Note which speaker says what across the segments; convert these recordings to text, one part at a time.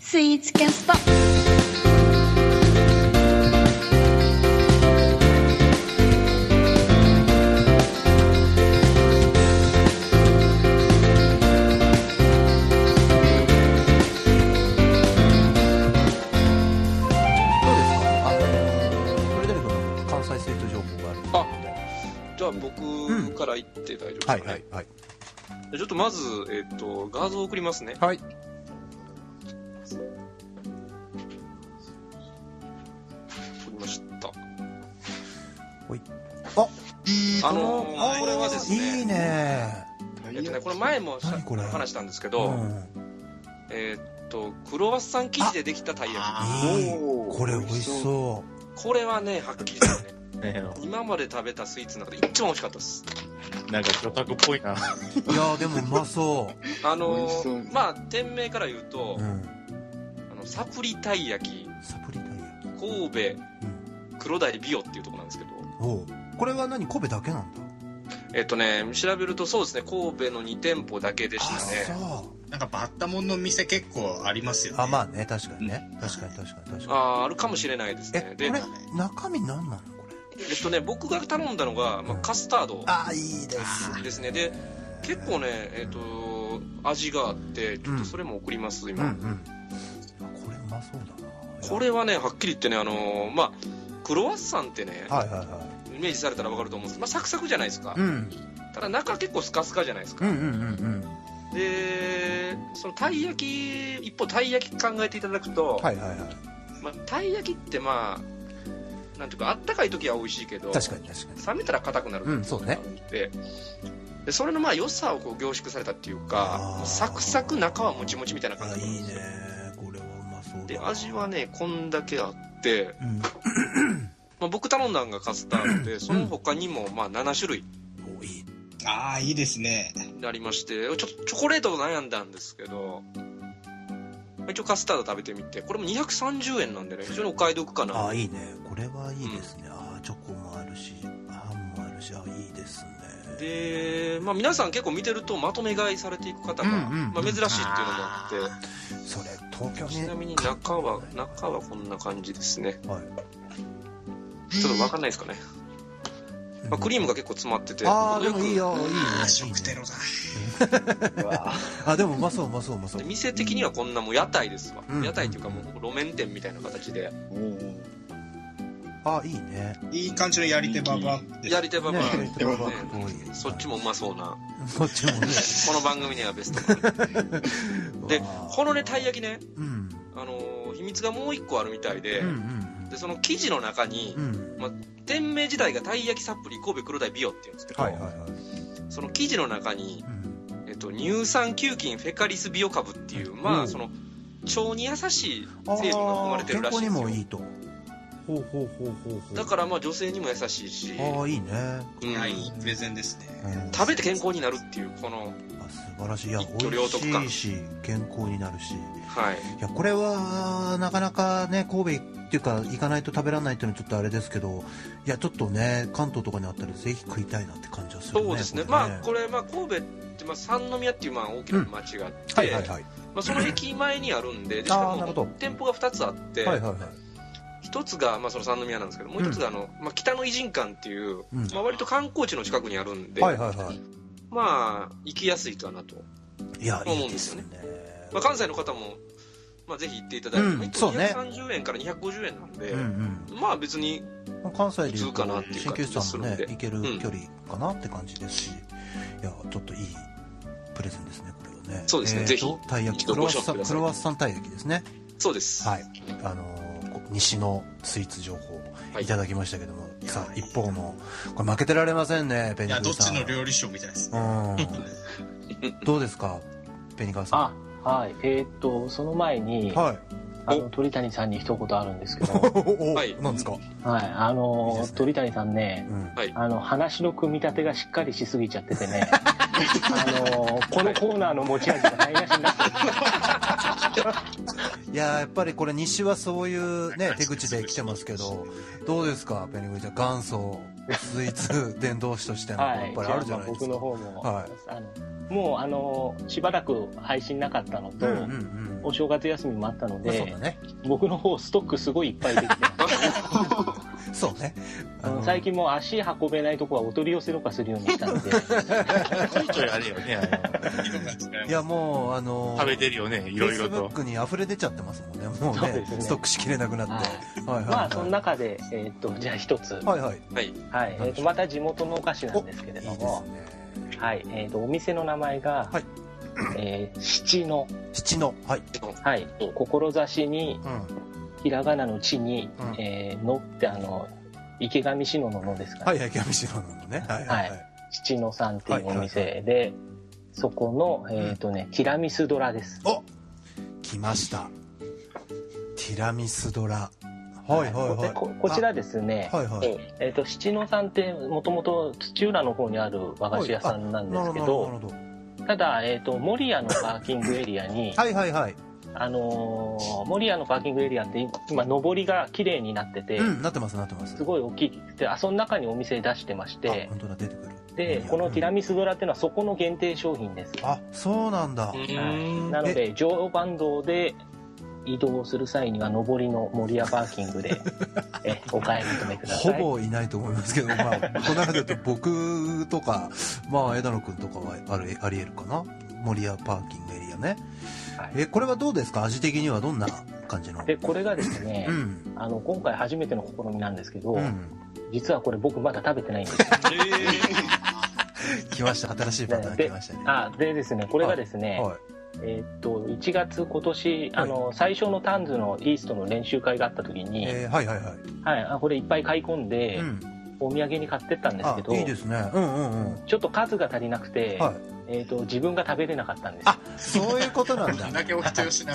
Speaker 1: スイーツキャスト
Speaker 2: どうですかあのー、それぞれの関西生徒情報がある
Speaker 3: あ
Speaker 2: みたいな
Speaker 3: じゃあ僕から言って大丈夫ですか
Speaker 2: は
Speaker 3: ね
Speaker 2: い、はいはい
Speaker 3: ちょっとまず、えっと画像を送りますね
Speaker 2: はい
Speaker 3: 送りました
Speaker 2: あ
Speaker 3: あの
Speaker 2: あー
Speaker 3: これはですね
Speaker 2: いいね
Speaker 3: えっとねこれ前もしゃ
Speaker 2: 何これ
Speaker 3: 話したんですけ
Speaker 2: う
Speaker 3: ど、
Speaker 2: ん
Speaker 3: えっとクロワッサン生地でできたたい焼
Speaker 2: いいこれ美味し
Speaker 4: う。
Speaker 2: そ
Speaker 3: きこれはねはっきり言ってね
Speaker 4: ね
Speaker 3: 今まで食べたスイーツの中で一番美味しかったです
Speaker 4: なんか魚拓っぽいな。
Speaker 2: ういやーでもうまそ
Speaker 3: あ
Speaker 4: 美
Speaker 3: の
Speaker 4: 味しそう
Speaker 3: まあ店名から言 うと
Speaker 2: う、、うん、
Speaker 3: あのサプリたい焼き
Speaker 2: サプリタイヤ
Speaker 3: 神戸黒鯛美容っていうところなんですけど
Speaker 2: おうこれは何神戸だけなんだ
Speaker 3: えっとね調べるとそうですね神戸の2店舗だけでしたね
Speaker 2: あそう
Speaker 5: なんかバッタモンの店結構ありますよね。
Speaker 2: あまあね確かにね確かに確かに確か
Speaker 3: あーあるかもしれないですね
Speaker 2: え
Speaker 3: で
Speaker 2: こ
Speaker 3: え
Speaker 2: れに中身何なのこれ
Speaker 3: っとね僕が頼んだのが、まあ、カスタード
Speaker 2: ああいいです
Speaker 3: ですねで結構ねえっ、と味があってちょっとそれも送ります、
Speaker 2: うんう
Speaker 3: 今、
Speaker 2: んこれうまそうだな
Speaker 3: これはねはっきり言ってねあのーまあクロワッサンってね、
Speaker 2: はいはいは
Speaker 3: イメージされたらわかると思うんですけど、まあ、サクサクじゃないですか
Speaker 2: い、うん
Speaker 3: ただ中結構スカスカじゃないです
Speaker 2: う
Speaker 3: か、
Speaker 2: んうんうん
Speaker 3: でそのたい焼き一方たい焼き考えていただくと、
Speaker 2: うんはいはいはい
Speaker 3: まあ、たい焼きってまあなんていうかあったかい時は美味しいけど
Speaker 2: 確かに確かに
Speaker 3: 冷めたら硬くなる
Speaker 2: うんそうね
Speaker 3: ででそれのまあ良さをこう凝縮されたっていうか
Speaker 2: あー
Speaker 3: サクサク中はもちもちみたいな感
Speaker 2: あ
Speaker 3: じ
Speaker 2: いいねこれはうまそうだ
Speaker 3: で味はねこんだけあって、
Speaker 2: うん
Speaker 3: まあ、僕頼んだのがカスタードでその他にもまあ7種類
Speaker 2: おいい
Speaker 5: ああ、いいですね。
Speaker 3: ありましてちょっとチョコレートと悩んだんですけど一応カスタード食べてみてこれも230円なんでね非常にお買い得かな
Speaker 2: あいいねこれはいいですねあーチョコもあるしあんもあるしあいいですね
Speaker 3: で、まあ、皆さん結構見てるとまとめ買いされていく方が、
Speaker 2: うんうん
Speaker 3: まあ、珍しいっていうのもあって
Speaker 2: それ東京に
Speaker 3: ちなみに中は中はこんな感じですね
Speaker 2: はい
Speaker 3: ちょっとわかんないですかね、まあ、クリームが結構詰まってて
Speaker 2: ああで
Speaker 3: よ
Speaker 2: も
Speaker 3: く
Speaker 2: いいよいいね
Speaker 5: ああ、
Speaker 2: いいね
Speaker 5: 食テロだ。
Speaker 2: あでもうまそううまそううまそう
Speaker 3: で店的にはこんなもう屋台ですわ、
Speaker 2: うん
Speaker 3: 屋台っていうかもう路面店みたいな形で
Speaker 2: あいいね
Speaker 5: いい感じのやり手ババアです
Speaker 3: やり手ばばあ、
Speaker 2: ね
Speaker 3: ね
Speaker 5: やり手ばば
Speaker 2: あかっこいい
Speaker 3: そっちもうまそうな
Speaker 2: こっちもね
Speaker 3: この番組にはベストかな で
Speaker 2: わー
Speaker 3: このねたい焼きね、
Speaker 2: うん
Speaker 3: あのー秘密がもう一個あるみたいで,、
Speaker 2: うん
Speaker 3: でその生地の中に、
Speaker 2: うんうん
Speaker 3: 店名自体がたい焼きサプリ神戸黒鯛美容っていうんですけど、
Speaker 2: はいはいはい
Speaker 3: その生地の中に
Speaker 2: う、ん
Speaker 3: えっと、乳酸球菌フェカリスビオ株っていうま
Speaker 2: う
Speaker 3: あ
Speaker 2: ん
Speaker 3: その腸に優しい
Speaker 2: あ
Speaker 3: 成分が含まれ
Speaker 2: ー
Speaker 3: てる
Speaker 2: 健
Speaker 3: らしい
Speaker 2: 康
Speaker 3: んで
Speaker 2: に
Speaker 3: す
Speaker 2: も
Speaker 3: よ
Speaker 2: いいとほうほうほうほうほう
Speaker 3: だからまあ女性にも優しいし、
Speaker 2: ああいいね
Speaker 3: うん
Speaker 5: はい、いいプレゼンですね。
Speaker 2: うん
Speaker 3: 食べて健康になるっていうこの
Speaker 2: あ素晴らしいいや
Speaker 3: 一挙
Speaker 2: 美
Speaker 3: 両
Speaker 2: 味
Speaker 3: 得感
Speaker 2: しいし健康になるしい
Speaker 3: はい
Speaker 2: やこれはなかなかね神戸っていうか行かないと食べられないっていうのはちょっとあれですけどいやちょっとね関東とかにあったらぜひ食いたいなって感じはするね
Speaker 3: そうですね
Speaker 2: これ
Speaker 3: まあこれまあ神戸ってまあ三宮っていうまあ大きな町があって、
Speaker 2: はいはいはい
Speaker 3: まあ、その駅前にあるんででし
Speaker 2: あーな
Speaker 3: か
Speaker 2: るほど
Speaker 3: も店舗が2つあって、
Speaker 2: はいはいはい
Speaker 3: 一つがまあその三宮なんですけどもう一つがあの、まあ、北の偉人館っていう、
Speaker 2: うん
Speaker 3: まあ、割と観光地の近くにあるんで、
Speaker 2: はいはいはい
Speaker 3: まあ行きやすいかなと、
Speaker 2: いや
Speaker 3: 思
Speaker 2: い
Speaker 3: うん
Speaker 2: い
Speaker 3: で
Speaker 2: ですす
Speaker 3: よね
Speaker 2: ね
Speaker 3: まあ、関西の方も、まあ、ぜひ行っていただいて、
Speaker 2: うん
Speaker 3: まあ一
Speaker 2: そう
Speaker 3: 応
Speaker 2: ね
Speaker 3: 230円から250円なんで、
Speaker 2: うん
Speaker 3: まあ別に
Speaker 2: うんまあ関西でいう
Speaker 3: 普通か
Speaker 2: と
Speaker 3: なっていう
Speaker 2: 鍼
Speaker 3: 感じ
Speaker 2: 灸
Speaker 3: が
Speaker 2: 師さんもね
Speaker 3: するんで
Speaker 2: 行ける
Speaker 3: うん
Speaker 2: 距離かなって感じですしいやちょっといいプレゼンですねこれはね
Speaker 3: そうですね
Speaker 2: えーと
Speaker 3: ぜひ
Speaker 2: たい焼き
Speaker 3: 一度
Speaker 2: クロ
Speaker 3: ご
Speaker 2: ワ
Speaker 3: 賞
Speaker 2: ッサ
Speaker 3: 味
Speaker 2: ン
Speaker 3: くださ
Speaker 2: ク
Speaker 3: い
Speaker 2: ロワッサンたい焼きですね
Speaker 3: そうです、
Speaker 2: はい、あのーこ西のスイーツ情報をいただきましたけども、さあ一方のこれ負けてられませんねペ
Speaker 5: い
Speaker 2: ニ
Speaker 5: や、
Speaker 2: カ
Speaker 5: どっ
Speaker 2: さ
Speaker 5: ち
Speaker 2: ん
Speaker 5: の料理賞みたいですね。
Speaker 2: うんどうですかペニカさん
Speaker 6: あはいえーっとその前に、
Speaker 2: はい
Speaker 6: あの鳥谷さんに一言あるんですけど
Speaker 2: おおお
Speaker 3: はい
Speaker 2: なんですか、
Speaker 6: はいあの
Speaker 2: いいですね
Speaker 6: 鳥谷さんね
Speaker 2: うん、
Speaker 6: あの話の組み立てがしっかりしすぎちゃってて ねあのこのコーナーの持ち味が台無しになってる
Speaker 2: いやーやっぱりこれ西はそういうね手口で来てますけどどうですかペニカちゃん元祖スイーツ伝道師としての
Speaker 6: は
Speaker 2: やっ
Speaker 6: い
Speaker 2: ぱりあるじゃないです
Speaker 6: 僕
Speaker 2: か、
Speaker 6: の方も、
Speaker 2: はい
Speaker 6: あのもうあのしばらく配信なかったのと、
Speaker 2: うんうんうん
Speaker 6: お正月休みもあったの
Speaker 2: まあそう
Speaker 6: で
Speaker 2: だ、ね。
Speaker 6: 僕の方ストックすごいいっぱいでき て、
Speaker 2: そうね。あの
Speaker 6: 最近もう足運べないとこはお取り寄せとかするようにし たので、
Speaker 4: ちょいちょいあれよね、あ
Speaker 5: 色が違います
Speaker 2: いや、もう、あの
Speaker 4: の、食べてるよね、いろいろと。
Speaker 2: Facebook に溢れ出ちゃってますもんね。もう
Speaker 6: そう
Speaker 2: ね
Speaker 6: です、ね
Speaker 2: ストックしきれなくなって。
Speaker 6: はい
Speaker 2: はいはいはい。
Speaker 6: まあその中で、えーっと、じゃあ一つ、
Speaker 2: はいはい。
Speaker 3: はい。
Speaker 6: はい、えーっとまた地元のお菓子なんですけれ
Speaker 2: い
Speaker 6: ど
Speaker 2: いです
Speaker 6: も、
Speaker 2: ね。
Speaker 6: はい、えーっと、お店の名前が、
Speaker 2: はい
Speaker 6: えー七の、
Speaker 2: 七の。はい。
Speaker 6: はい、志に、
Speaker 2: うん。
Speaker 6: ひらがなの地に、
Speaker 2: うん
Speaker 6: えーのってあの、池上志乃ののですかね。
Speaker 2: はいはい、キャミシロなのね。はいはいは。
Speaker 6: はい七野さんっていうお店で、そこの、えっ、とね、ティラミスドラです。
Speaker 2: お来ました。ティラミスドラ。はいはいはい。
Speaker 6: でここちらですね、
Speaker 2: あはいはい
Speaker 6: えっ、と、七野さんってもともと土浦の方にある和菓子屋さんなんです
Speaker 2: な
Speaker 6: け
Speaker 2: る
Speaker 6: ど、
Speaker 2: ほど。なるほど、
Speaker 6: ただ、えっ、と、守谷のパーキングエリアに
Speaker 2: はいはいはい。
Speaker 6: あのー、守谷のパーキングエリアって今、上りが綺麗になってて、
Speaker 2: うん、なってますなってます。
Speaker 6: すごい大きいで、あその中にお店出してまし
Speaker 2: あ
Speaker 6: て、
Speaker 2: 本当だ出てくる。
Speaker 6: で、このティラ
Speaker 2: ミ
Speaker 6: ミスドラっていうのはそこの限定商品です。
Speaker 2: あ、そうなんだ。
Speaker 3: う
Speaker 6: はい
Speaker 3: ん。
Speaker 6: なので常磐道で移動する際には上りの森屋パーキン グでえお買い求めくださ
Speaker 2: ほ
Speaker 6: い
Speaker 2: ぼいないと思いますけど、まあ、この中で言うと僕とか、まあ、枝野くんとかはあるありえるかな。森屋パーキングエリアね。
Speaker 6: はい
Speaker 2: え、これはどうですか味的にはどんな感じの
Speaker 6: でこれがですね、
Speaker 2: うん。
Speaker 6: あの今回初めての試みなんですけど、
Speaker 2: うん。
Speaker 6: 実はこれ僕まだ食べてないんですよ
Speaker 2: 来ました。新しいパターン
Speaker 6: で
Speaker 2: 来ましたね。
Speaker 6: あでですねこれがですね、
Speaker 2: は
Speaker 6: えーっと1月今年あの、最初のタンズのイーストの練習会があった時
Speaker 2: い。
Speaker 6: に、
Speaker 2: えーはいはいは
Speaker 6: はい、あこれいっぱい買い込ん
Speaker 2: い。
Speaker 6: で、
Speaker 2: うん。
Speaker 6: お土産に買ってったんです
Speaker 2: あ
Speaker 6: け、ど
Speaker 2: いいですね。うんうんうん。
Speaker 6: ちょっと数が足りなくて、
Speaker 2: はい。
Speaker 6: えーっと自分が食べれなかったんですよ
Speaker 2: あ、そういうことなんだ
Speaker 5: あん。だけお人よしな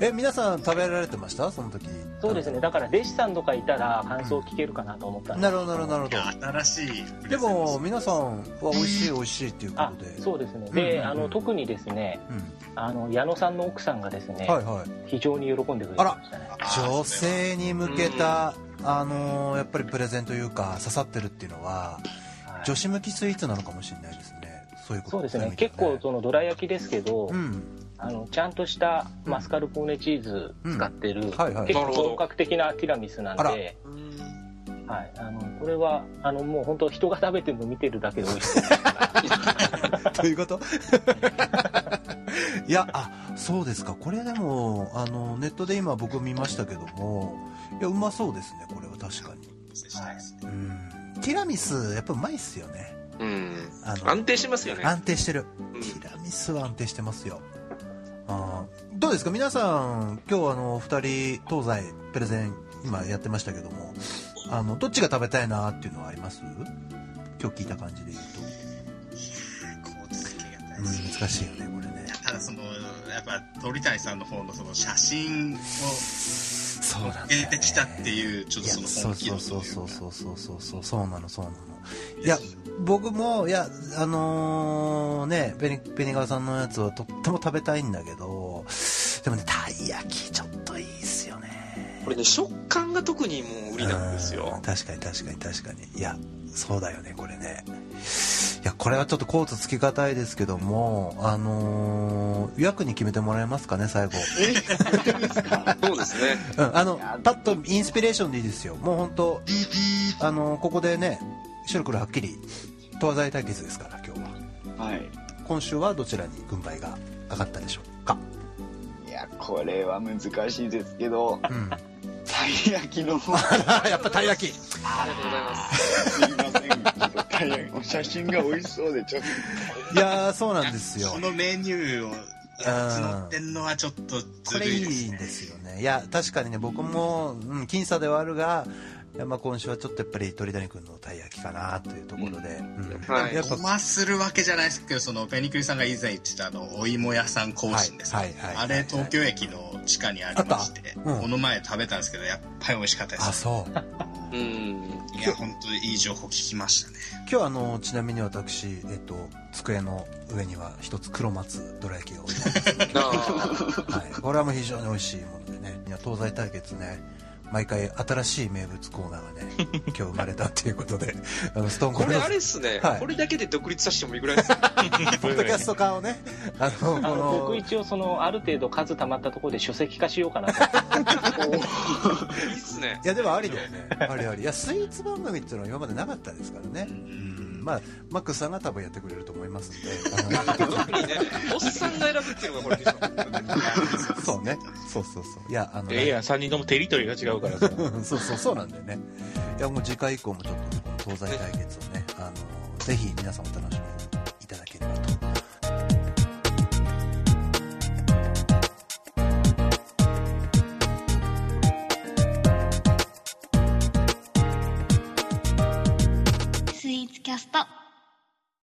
Speaker 2: え、皆さん食べられてましたその時。
Speaker 6: そうですね。だから弟子さんとかいたら感想聞けるかなと思ったんで
Speaker 2: な
Speaker 6: す
Speaker 2: るほどなるほどなるほど。
Speaker 5: 新しい
Speaker 2: でも皆さんは美味しい美味しいっていうこ
Speaker 6: あ
Speaker 2: とで、
Speaker 6: そうですね。
Speaker 2: うんうんう
Speaker 6: で、
Speaker 2: ん
Speaker 6: あの特にですね、
Speaker 2: うん、
Speaker 6: あの矢野さんの奥さんがですね、
Speaker 2: はいはい
Speaker 6: 非常に喜んでくれてましたね。
Speaker 2: 女性に向けた、あのーやっぱりプレゼンというか刺さってるっていうのは
Speaker 6: はい
Speaker 2: 女子向きスイーツなのかもしれないですねそういうこと
Speaker 6: そうですね。
Speaker 2: そういう意
Speaker 6: 結
Speaker 2: 味では
Speaker 6: 構そのどら焼きですけど、
Speaker 2: うん
Speaker 6: あのちゃんとしたマスカルポーネチーズ使ってる、
Speaker 2: んはいはい
Speaker 6: 結
Speaker 3: な
Speaker 6: 構
Speaker 3: るほど
Speaker 6: 本格的なティラミスなん
Speaker 2: あ
Speaker 6: で、
Speaker 2: ら
Speaker 6: はい、あのこれはあのもう本当人が食べてるの見てるだけで美味 し
Speaker 2: ど
Speaker 6: い。
Speaker 2: ういうこと いやあそうですかこれでもあのネットで今僕見ましたけどもいやうまそうですねこれは確かにうんティラミスやっぱうまいっすよね
Speaker 3: うん。
Speaker 2: あの
Speaker 3: 安定してますよね。
Speaker 2: 安定してる
Speaker 3: うん
Speaker 2: ティラミスは安定してますよ。あーどうですか皆さん、今日あの、お二人、東西、プレゼン、今やってましたけども、あの、どっちが食べたいなっていうのはあります今日聞いた感じで言う
Speaker 5: こう続けが
Speaker 2: と。う
Speaker 5: たい
Speaker 2: ん、
Speaker 5: です
Speaker 2: 難しいよね、これね。
Speaker 5: ただそのやっぱ鳥谷さんの方のその写真を
Speaker 2: そうなんだよ、
Speaker 5: 出
Speaker 2: ね。
Speaker 5: てきたっていうちょっ
Speaker 2: いや
Speaker 5: とその
Speaker 2: そう
Speaker 5: 本気
Speaker 2: そ
Speaker 5: 度
Speaker 2: う
Speaker 5: とい
Speaker 2: そうう
Speaker 5: か
Speaker 2: そうそうそうそうそうそうなのそうなのいや僕もいやあのーねペニペニガワさんのやつはとっても食べたいんだけどでもねたい焼きちょっといいっすよね
Speaker 3: これね、食感が特にもう売りなんです
Speaker 2: うん
Speaker 3: よ。
Speaker 2: 確かに確かに確かにいやそうだよねこれねいやこれはちょっとコートつきがたいですけどもあのー、予約に決めてもらえますかね最後
Speaker 3: そうですね。
Speaker 2: うん、あのパッとインスピレーションでいいですよもう本当あのここでね白黒はっきり東西対決ですから今日は
Speaker 1: はい。
Speaker 2: 今週はどちらに軍配が上がったでしょうか
Speaker 1: いや、これは難しいですけど、
Speaker 2: うん
Speaker 1: たい焼きの方が
Speaker 2: やっぱたい焼き
Speaker 3: ありがとうございます。
Speaker 1: すいません。ちょっとたい焼き写真が美味しそうで、ちょっ
Speaker 2: いやーそうなんですよ
Speaker 5: このメニューを募ってんのはちょっと
Speaker 2: こ
Speaker 5: ず
Speaker 2: れ
Speaker 5: るい
Speaker 2: い
Speaker 5: で
Speaker 2: い
Speaker 5: す
Speaker 2: ん
Speaker 5: ね
Speaker 2: ですよねいや確かにね僕も、うん、僅差ではあるがいやまあ今週はちょっとやっぱり鳥谷君のたい焼きかなというところで、うん
Speaker 3: はい
Speaker 2: やっぱ
Speaker 5: ごまするわけじゃないですけどそのペニクリさんが以前言ってたあのお芋屋さん更新ですか、
Speaker 2: はいはいはい
Speaker 5: あれ東京駅の地下にありまして、
Speaker 2: あったうん
Speaker 5: この前食べたんですけどやっぱり美味しかったで
Speaker 2: あ
Speaker 5: す
Speaker 2: そう
Speaker 3: うん。
Speaker 5: いや本当にいい情報聞きましたね
Speaker 2: 今日あのちなみに私、えっと、机の上には一つ黒松どら焼きが置いてあります、
Speaker 3: あ
Speaker 2: はい、これはもう非常に美味しいものでねいや東西対決ね毎回新しい名物コーナーがね今日生まれたっていうことであのストーンコー
Speaker 3: こ
Speaker 2: ル
Speaker 3: れ
Speaker 2: ド
Speaker 3: あれっすね、
Speaker 2: はい
Speaker 3: これだけで独立させてもいいぐらいですね
Speaker 2: ポッドキャスト化をねあのこ
Speaker 6: あの僕
Speaker 2: の
Speaker 6: 一応そのある程度数溜まったところで書籍化しようかなと
Speaker 3: いいっすね
Speaker 2: いやでもありだよねありありいやスイーツ番組っていうのは今までなかったですからねうんまあマックスさんが多分やってくれると思いますんであの
Speaker 3: 特にね おっさんが選ぶっていうのがこれでしょ
Speaker 2: そうね。そうそうそう。いや、あの、
Speaker 4: ええやん、3人ともテリトリーが違うからさ。
Speaker 2: うん そうそうそうなんだよね。いや、もう次回以降もちょっとね、この東西対決をね、あの、ぜひ皆さんお楽しみに。